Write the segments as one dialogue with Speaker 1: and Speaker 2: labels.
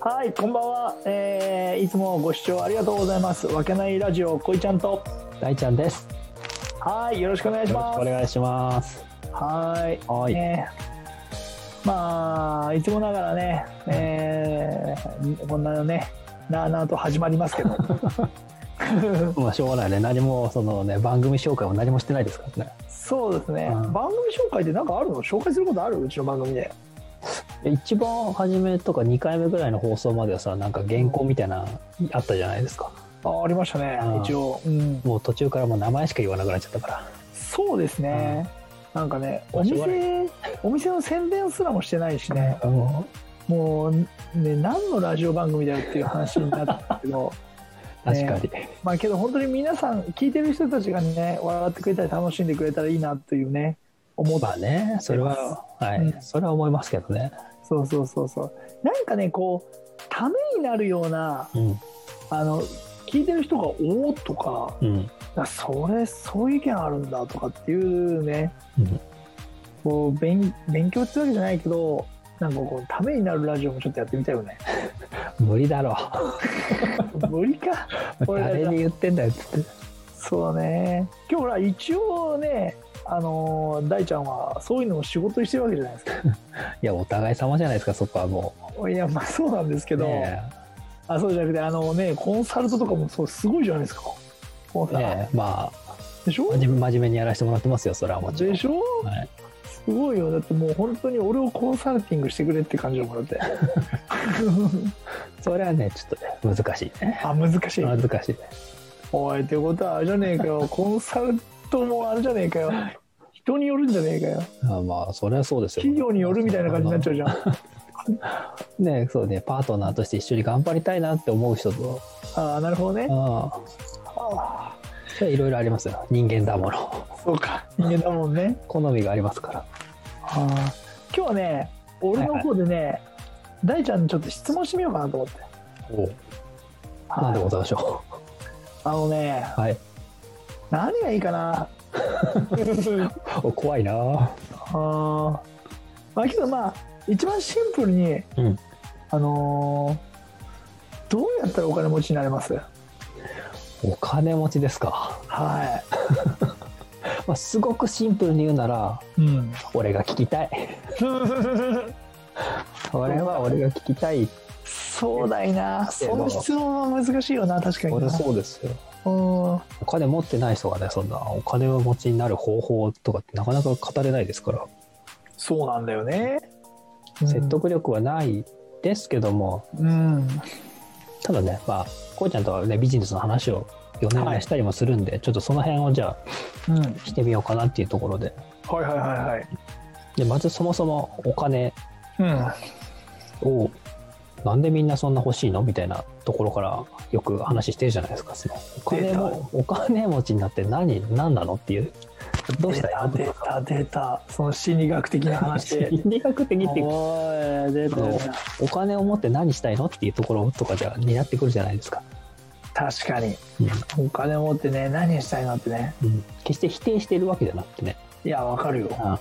Speaker 1: はい、こんばんは。えーいつもご視聴ありがとうございます。わけないラジオ、こいちゃんと。
Speaker 2: 大ちゃんです。
Speaker 1: はい、よろしくお願いし
Speaker 2: よろ
Speaker 1: ま
Speaker 2: し
Speaker 1: す
Speaker 2: くお。願いします。
Speaker 1: はい。
Speaker 2: はい
Speaker 1: ねまあ、いつもながらね、えーこんなね、なあなあと始まりますけ ど。
Speaker 2: まあしょうがないね。何もそのね番組紹介も何もしてないですからね
Speaker 1: そうですね、
Speaker 2: うん
Speaker 1: 番組紹介ってなんかあるの紹介することあるうちの番組で。
Speaker 2: で。一番初めとか2回目ぐらいの放送まではさなんか原稿みたいなあったじゃないですか。
Speaker 1: あ、ありましたね
Speaker 2: う、ん
Speaker 1: 一応。うん。
Speaker 2: もう途中からもう名前しか言わなくなっちゃったから。
Speaker 1: そうですね。なんかね、
Speaker 2: ま
Speaker 1: お
Speaker 2: あしょうがな
Speaker 1: 店、お店の宣伝すらもしてないしね。
Speaker 2: うん
Speaker 1: もうね何のラジオ番組だよっていう話になったけ ど
Speaker 2: 確かに。
Speaker 1: まあけど本当に皆さん聞いてる人たちがね笑ってくれたり楽しんでくれたらいいなというね思っ
Speaker 2: まあねそれははい、
Speaker 1: うん
Speaker 2: それは思いますけどね。
Speaker 1: そうそうそうそうなんかねこうためになるような
Speaker 2: うん
Speaker 1: あの聞いてる人が「おお」とか
Speaker 2: うん
Speaker 1: 「あそれそういう意見あるんだ」とかっていうね、
Speaker 2: うん
Speaker 1: こう勉勉強ってわけじゃないけどなんかこうためになるラジオもちょっとやってみたいよ ね
Speaker 2: 無理だろ
Speaker 1: 無理か
Speaker 2: う。
Speaker 1: これ
Speaker 2: 誰に言ってんだよっつって。
Speaker 1: そうだね今日ほら一応ねあのー大ちゃんはそういうのを仕事にしてるわけじゃないです
Speaker 2: いやお互い様じゃないですかそこはも
Speaker 1: かいやまあそうなんですけ
Speaker 2: う。
Speaker 1: ど、
Speaker 2: ね
Speaker 1: あそうじゃなくてあのねコンサルトとかもそうすごいじゃないですかコンサ
Speaker 2: え
Speaker 1: ル、
Speaker 2: ねえま
Speaker 1: でしょ
Speaker 2: あ真面目真面目にやらせてもらってますよそれはもちろん
Speaker 1: で。しょ
Speaker 2: はい
Speaker 1: すごいよだってもう本当に俺をコンサルティングしてくれって感じだもんだって
Speaker 2: それはねちょっとね難しいね
Speaker 1: あ難しい
Speaker 2: 難しいね
Speaker 1: おいってことはあれじゃねえかよコンサルトもあれじゃねえかよ人によるんじゃねえかよ
Speaker 2: あまあそれはそうですよ
Speaker 1: 企業によるみたいな感じ になっちゃうじゃん
Speaker 2: ゃんねそうねパートナーとして一緒に頑張りたいなって思う人と
Speaker 1: ああなるほどね
Speaker 2: ああ
Speaker 1: あ
Speaker 2: それいろいろありますよ人間だもの
Speaker 1: あそうか人間だもんね
Speaker 2: 好みがありますから
Speaker 1: あー今日はね俺の方でね、大ちゃんにちょっと質問してみようかなと思って
Speaker 2: おうなんでございましょ
Speaker 1: あのね
Speaker 2: うはい
Speaker 1: 何がいいか な
Speaker 2: お怖いな
Speaker 1: あーまあけどまあ一番シンプルに、
Speaker 2: うん
Speaker 1: あのーどうやったらお金持ちになれます
Speaker 2: お金持ちですか、
Speaker 1: は
Speaker 2: まあ、すごくシンプルに言うなら
Speaker 1: い、うん、
Speaker 2: 俺が聞きたい俺は俺が聞きたい
Speaker 1: そうだいなその質問は難しいよな確かに
Speaker 2: 俺
Speaker 1: な
Speaker 2: そうですよ
Speaker 1: うん
Speaker 2: お金持ってない人がねそんなお金を持ちになる方法とかってなかなか語れないですから
Speaker 1: そうなんだよね
Speaker 2: 説得力はないですけども、
Speaker 1: うん
Speaker 2: ただね、まあ、こうちゃんとはね、ビジネスの話を4年
Speaker 1: は
Speaker 2: 目
Speaker 1: い
Speaker 2: したりもするんで、ちょっとその辺をじゃ
Speaker 1: うん、はい
Speaker 2: あしてみようかなっていうところで。
Speaker 1: はいはいはい
Speaker 2: で、まずそもそもお金
Speaker 1: うん
Speaker 2: を、なんでみんなそんな欲しいのみたいなところからよく話してるじゃないですか。そのお金も、お金持ちになって何、何なのっていう。どうしたらいいの
Speaker 1: 出た出た出たその心理学的な話で
Speaker 2: 心理学的っていうか
Speaker 1: おい出た出
Speaker 2: お金を持って何したいのっていうところとかじゃあになってくるじゃないですか、
Speaker 1: た確かに
Speaker 2: うん
Speaker 1: お金持ってね何したいのってね
Speaker 2: うん決して否定してるわけじゃなくてね、
Speaker 1: いやわかるよ
Speaker 2: うん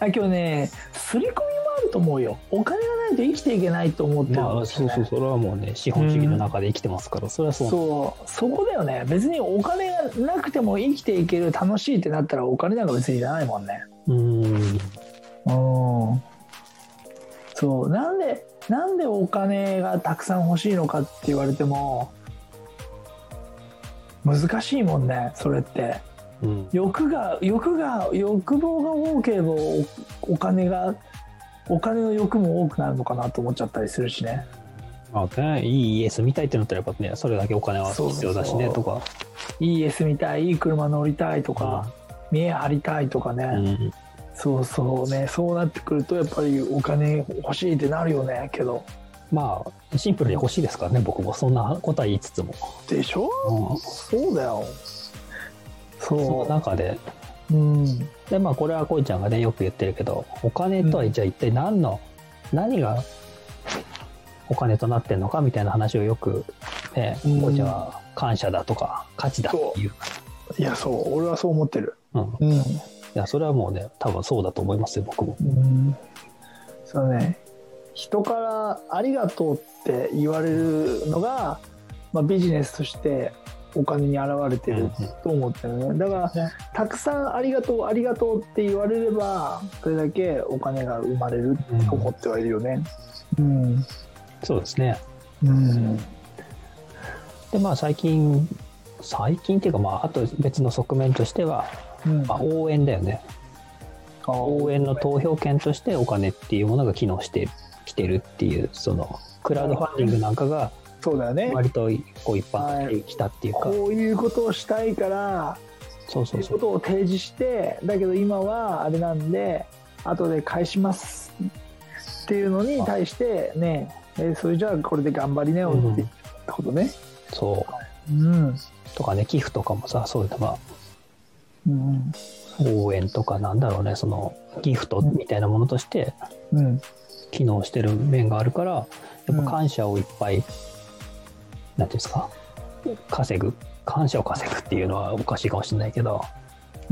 Speaker 1: あ今日ね刷り込みもあると思うよお金がないと生きていけないと思ってるん
Speaker 2: まあ、
Speaker 1: です
Speaker 2: そ
Speaker 1: よ
Speaker 2: う
Speaker 1: ね
Speaker 2: そう、それはもうね、資本主義の中で生きてますから、それはそうなんで
Speaker 1: そうそこだよね別にお金がなくても生きていける楽しいってなったらお金なんか別にいらないもんね
Speaker 2: す。うん、
Speaker 1: うんそうなんでなんでお金がたくさん欲しいのかって言われても難しいもんねそれって
Speaker 2: うん、
Speaker 1: 欲が欲が欲望が多ければおお金がお金の欲も多くなるのかなと思っちゃったりするしね
Speaker 2: まあね、いい家住みたいってなったら、やっぱね、それだけお金は
Speaker 1: そうそう
Speaker 2: 必要だしね、とか。
Speaker 1: いい家住みたいいい車乗りたいとか、見え張りたいとかね、
Speaker 2: うん、
Speaker 1: そうそうねそうなってくるとやっぱりお金欲しいってなるよねけど
Speaker 2: まあ、シンプルに欲しいですからね、僕も、そんなことは言いつつも。
Speaker 1: でしょ
Speaker 2: うん、
Speaker 1: そうだよ。
Speaker 2: その
Speaker 1: そ
Speaker 2: 中で、
Speaker 1: う。うん。
Speaker 2: で、まあ、これはこいちゃんがね、よく言ってるけど、お金とはじゃあ一体何の、何がお金となってんのかみたいな話をよく、ね、
Speaker 1: うん
Speaker 2: こいちゃんは感謝だとか、価値だっていう。
Speaker 1: いや、そう。俺はそう思ってる。
Speaker 2: うん、い
Speaker 1: うん。
Speaker 2: や、それはもうね、多分そうだと思いますよ、僕も。
Speaker 1: うん。そうね。人から「ありがとう」って言われるのが、まあ、ビジネスとしてお金に現れてると思ってるね、だからたくさん「ありがとうありがとう」って言われればそれだけお金が生まれる
Speaker 2: うん
Speaker 1: と思ってはいるよね。うん
Speaker 2: そうですね。
Speaker 1: うん
Speaker 2: で、まあ最近、最近っていうか、まああと別の側面としては、
Speaker 1: うん
Speaker 2: まあ、応援だよね。
Speaker 1: あ
Speaker 2: 応援の投票権としてお金っていうものが機能してきてるっていう、その、クラウドファンディングなんかが
Speaker 1: そうだよね
Speaker 2: 割とこう一般的に来たっていうか、
Speaker 1: こういうことをしたいから
Speaker 2: そう
Speaker 1: そ
Speaker 2: そうう
Speaker 1: いう
Speaker 2: そ
Speaker 1: こ
Speaker 2: う。
Speaker 1: とを提示してだけど今はあれなんで後で返しますっていうのに対してねえーそれじゃあこれで頑張りなよって言ったことね
Speaker 2: そう。
Speaker 1: うん
Speaker 2: とかね、寄付とかもさ、そういうのまあ
Speaker 1: うん
Speaker 2: 応援とかなんだろうねそのギフトみたいなものとして
Speaker 1: うん
Speaker 2: 機能してる面があるからやっぱ感謝をいっぱい、なんていうんですか稼ぐ感謝を稼ぐっていうのはおかしいかもしれないけど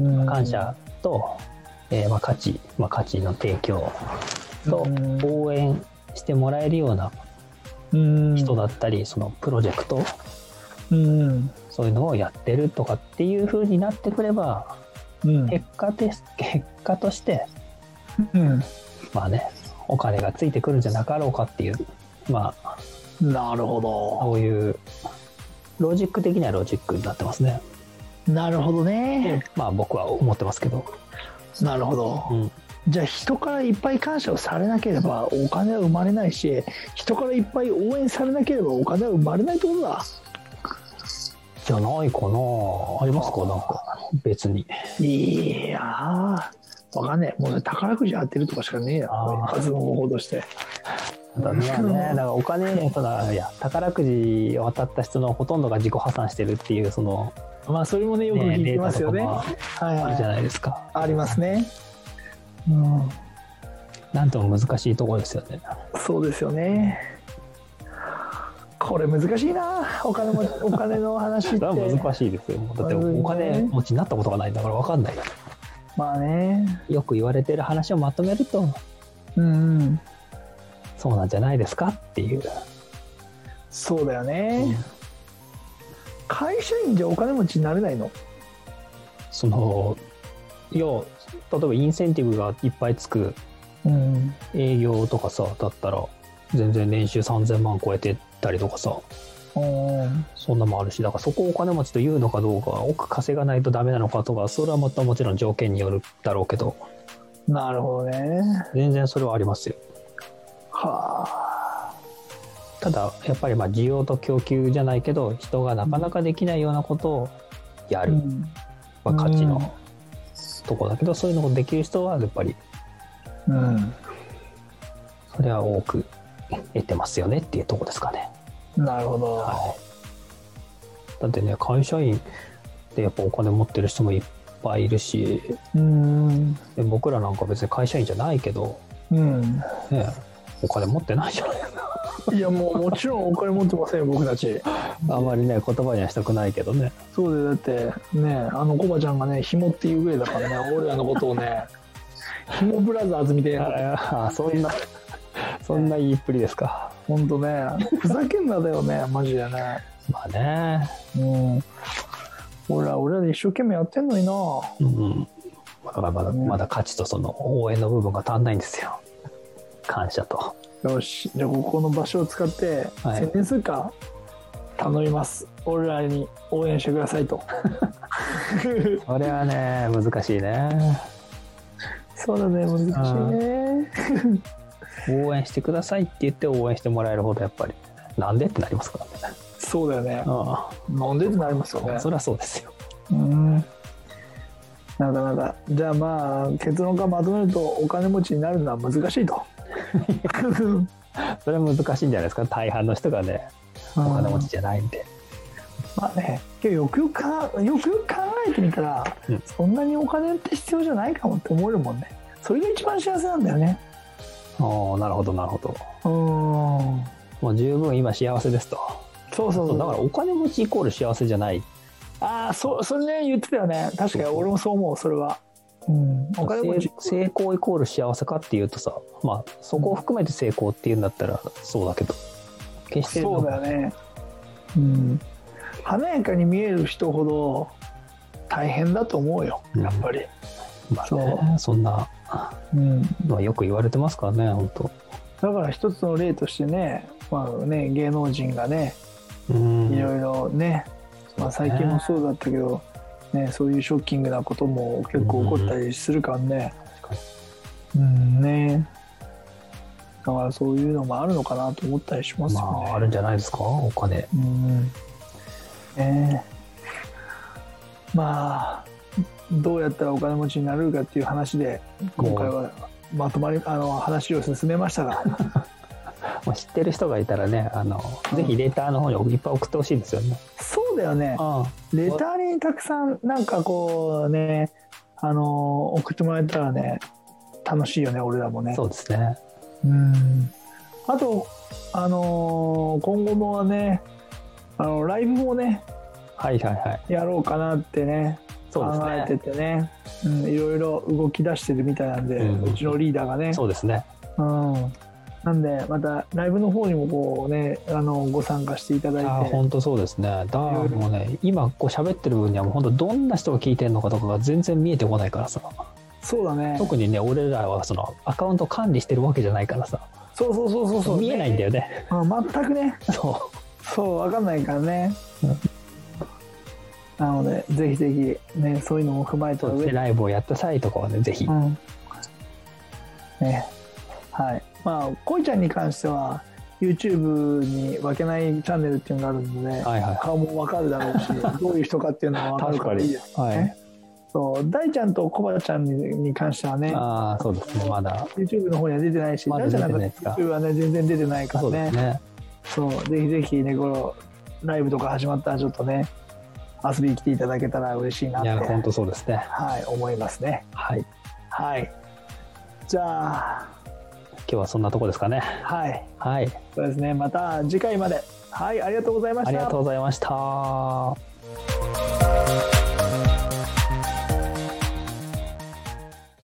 Speaker 1: うん
Speaker 2: 感謝と、えーまあ、価値、まあ、価値の提供と
Speaker 1: うん
Speaker 2: 応援してもらえるような
Speaker 1: うん
Speaker 2: 人だったり、そのプロジェクト
Speaker 1: うん
Speaker 2: そういうのをやってるとかっていう風になってくれば
Speaker 1: うん
Speaker 2: 結果です結果として
Speaker 1: う
Speaker 2: まあね、お金がついてくるんじゃなかろうかっていう、まあ、
Speaker 1: んなるほ
Speaker 2: そういう、ロジック的にはロジックになってますね。
Speaker 1: どなるほどね
Speaker 2: まあ僕は思ってますけど。
Speaker 1: なるほど
Speaker 2: うん。
Speaker 1: じゃあ人からいっぱい感謝をされなければお金は生まれないし人からいっぱい応援されなければお金は生まれないってことだ
Speaker 2: じゃないかなありますかなんか、別に。
Speaker 1: いやー、わかんねえ。もうね宝くじ当てるとかしかねえよ。
Speaker 2: あー
Speaker 1: 数の方法として。
Speaker 2: ただね、
Speaker 1: うん
Speaker 2: ねだからお金、ただ、いや、宝くじを当たった人のほとんどが自己破産してるっていう、その、
Speaker 1: まあ、それもね、よく
Speaker 2: ね
Speaker 1: 聞い
Speaker 2: デ
Speaker 1: て
Speaker 2: ー
Speaker 1: ま
Speaker 2: タ
Speaker 1: す
Speaker 2: と
Speaker 1: よ
Speaker 2: か
Speaker 1: ね。
Speaker 2: も
Speaker 1: はい、
Speaker 2: あるじゃ
Speaker 1: はい。
Speaker 2: ないですか。
Speaker 1: ありますね。うん。
Speaker 2: なんとも難しいところですよね。
Speaker 1: そうですよね。これ難しいな。お金も、お金の話っ
Speaker 2: そ
Speaker 1: て
Speaker 2: れは。難しいですよ。だってお金持ちになったことがないんだから分かんない。
Speaker 1: まあね。
Speaker 2: よく言われてる話をまとめると、
Speaker 1: うんうん。
Speaker 2: そうなんじゃないですかっていう。
Speaker 1: そうだよね。会社員じゃお金持ちになれないの。
Speaker 2: その要例えばインセンティブがいっぱいつく
Speaker 1: うん。
Speaker 2: 営業とかさだったら全然年収3000万超えてたりとかさ
Speaker 1: うん。
Speaker 2: そんなもあるしだからそこをお金持ちというのかどうか奥稼がないとダメなのかとかそれはまたもちろん条件によるだろうけど
Speaker 1: なるほどね。
Speaker 2: 全然それはありますよ
Speaker 1: はあ。
Speaker 2: ただやっぱりまあ需要と供給じゃないけど人がなかなかできないようなことをや
Speaker 1: あ
Speaker 2: る、は価値
Speaker 1: う
Speaker 2: の
Speaker 1: ん
Speaker 2: とこだけどそういうのができる人はやっぱり
Speaker 1: うん。
Speaker 2: それは多く得てますよねっていうとこですかね
Speaker 1: なるほど。
Speaker 2: はい、だってね会社員でやっぱお金持ってる人もいっぱいいるし
Speaker 1: うん
Speaker 2: で僕らなんか別に会社員じゃないけど、
Speaker 1: うん、
Speaker 2: ね、お金持ってないじゃない
Speaker 1: いやもうもちろんお金持ってませんよ僕たち
Speaker 2: あまりね言葉にはしたくないけどね
Speaker 1: そうでだってねあのコバちゃんがね紐っていうぐらいだから ね俺らのことをね紐ブラザーズみたいな
Speaker 2: ああそんなそんな言いっぷりですか
Speaker 1: ほんとねふざけんなだよねマジでね
Speaker 2: まあね
Speaker 1: うん俺ら俺らで一生懸命やってんのにな
Speaker 2: うんだからまだ
Speaker 1: うん
Speaker 2: まだ価値とその応援の部分が足んないんですよ感謝と
Speaker 1: よしじゃあここの場所を使って
Speaker 2: はい
Speaker 1: 宣伝するか、頼みます俺らに応援してください と
Speaker 2: それはね難しいね
Speaker 1: そうだね難しいね
Speaker 2: 応援してくださいって言って応援してもらえるほどやっぱりなんでってなりますからね
Speaker 1: そうだよね
Speaker 2: あ
Speaker 1: なんでってなりますよね
Speaker 2: あ、そりゃそうですよ。
Speaker 1: うんなかなかじゃあまあ結論からまとめるとお金持ちになるのは難しい と
Speaker 2: それは難しいんじゃないですか。大半の人がね、
Speaker 1: お
Speaker 2: お金持ちじゃないんで。
Speaker 1: まあねけどよくよくかよくよく考えてみたら、
Speaker 2: うん
Speaker 1: そんなにお金って必要じゃないかもって思えるもんねそれが一番幸せなんだよね
Speaker 2: ああ、なるほど、なるほど。
Speaker 1: うん
Speaker 2: もう十分今幸せですと。
Speaker 1: そうそう
Speaker 2: そ
Speaker 1: そう
Speaker 2: うだからお金持ちイコール幸せじゃない。
Speaker 1: ああそそれね言ってたよね確かに俺もそう思うそれはうん、お金持
Speaker 2: 成
Speaker 1: ち
Speaker 2: 成功イコール幸せかっていうとさ、まあ、そこを含めて成功っていうんだったらそうだけど決して
Speaker 1: そうだよねうん華やかに見える人ほど大変だと思うよやっぱり、
Speaker 2: まあね、そんな
Speaker 1: うん、
Speaker 2: のはよく言われてますからね本当
Speaker 1: だから一つの例としてね,、まあ、ね芸能人がね
Speaker 2: うん
Speaker 1: いろいろね、まあ、最近もそうだったけど、ね、そういうショッキングなことも結構起こったりするからね。
Speaker 2: 確かに
Speaker 1: うん、ねだからそういうのもあるのかなと思ったりします
Speaker 2: ま
Speaker 1: よね。
Speaker 2: ああるんじゃないですかお金
Speaker 1: うんねまあどうやったらお金持ちになれるかっていう話で今回はまとまりあの話を進めました が
Speaker 2: まあ知ってる人がいたらねあの、
Speaker 1: うん
Speaker 2: ぜひレターの方にいっぱい送ってほしいですよね
Speaker 1: そうだよね
Speaker 2: あ
Speaker 1: レターにたくさんなんかこうねあの送ってもらえたらね楽しいよね俺らもね
Speaker 2: そうですね
Speaker 1: うんあとあの今後もねあのライブもね
Speaker 2: はいはいはい
Speaker 1: やろうかなってね
Speaker 2: そう
Speaker 1: 考え
Speaker 2: で
Speaker 1: ててねうん、いろいろ動き出してるみたいなんで、う
Speaker 2: うん
Speaker 1: ちのリーダーがね
Speaker 2: すねそうですね
Speaker 1: うん、なんでまたライブの方にもこうねあのご参加していただ
Speaker 2: あ
Speaker 1: い
Speaker 2: あ
Speaker 1: て
Speaker 2: 本当そうですねだからもうね今こう喋ってる分にはもう本当どんな人が聞いてるのかとかが全然見えてこないからさ
Speaker 1: そうだね
Speaker 2: 特にね俺らはそのアカウント管理してるわけじゃないからさ
Speaker 1: そうそうそうそうそう
Speaker 2: 見えないんだよね
Speaker 1: うん全くね
Speaker 2: そ
Speaker 1: そうわかんないからね、なのでぜひぜひねそういうのも踏まえた
Speaker 2: う
Speaker 1: 上
Speaker 2: で
Speaker 1: で、
Speaker 2: ライブをやった際とかはねぜひ、
Speaker 1: うん、ねはいまあこいちゃんに関しては YouTube に分けないチャンネルっていうのがあるので、
Speaker 2: はいは
Speaker 1: 顔もわかるだろうし どういう人かっていうのはわかるからいいです
Speaker 2: いはい、
Speaker 1: ねそう大ちゃんとコバちゃんにに関してはね
Speaker 2: ああそうですねまだ
Speaker 1: YouTube の方には出てないし、
Speaker 2: まだ
Speaker 1: 大ちゃんな
Speaker 2: 出てない
Speaker 1: ん
Speaker 2: ですか
Speaker 1: か YouTube はね全然出てないか
Speaker 2: そ
Speaker 1: ら
Speaker 2: うで
Speaker 1: ね
Speaker 2: すね
Speaker 1: そうぜひぜひねこのライブとか始まったらちょっとね遊びに来ていただけたら嬉しいない
Speaker 2: や
Speaker 1: って
Speaker 2: 本当そうですね
Speaker 1: はい思いますね
Speaker 2: はい
Speaker 1: はいじゃあ
Speaker 2: 今日はそんなとこですかね
Speaker 1: はい
Speaker 2: はい
Speaker 1: そうですねまた次回まではいありがとうございました
Speaker 2: ありがとうございました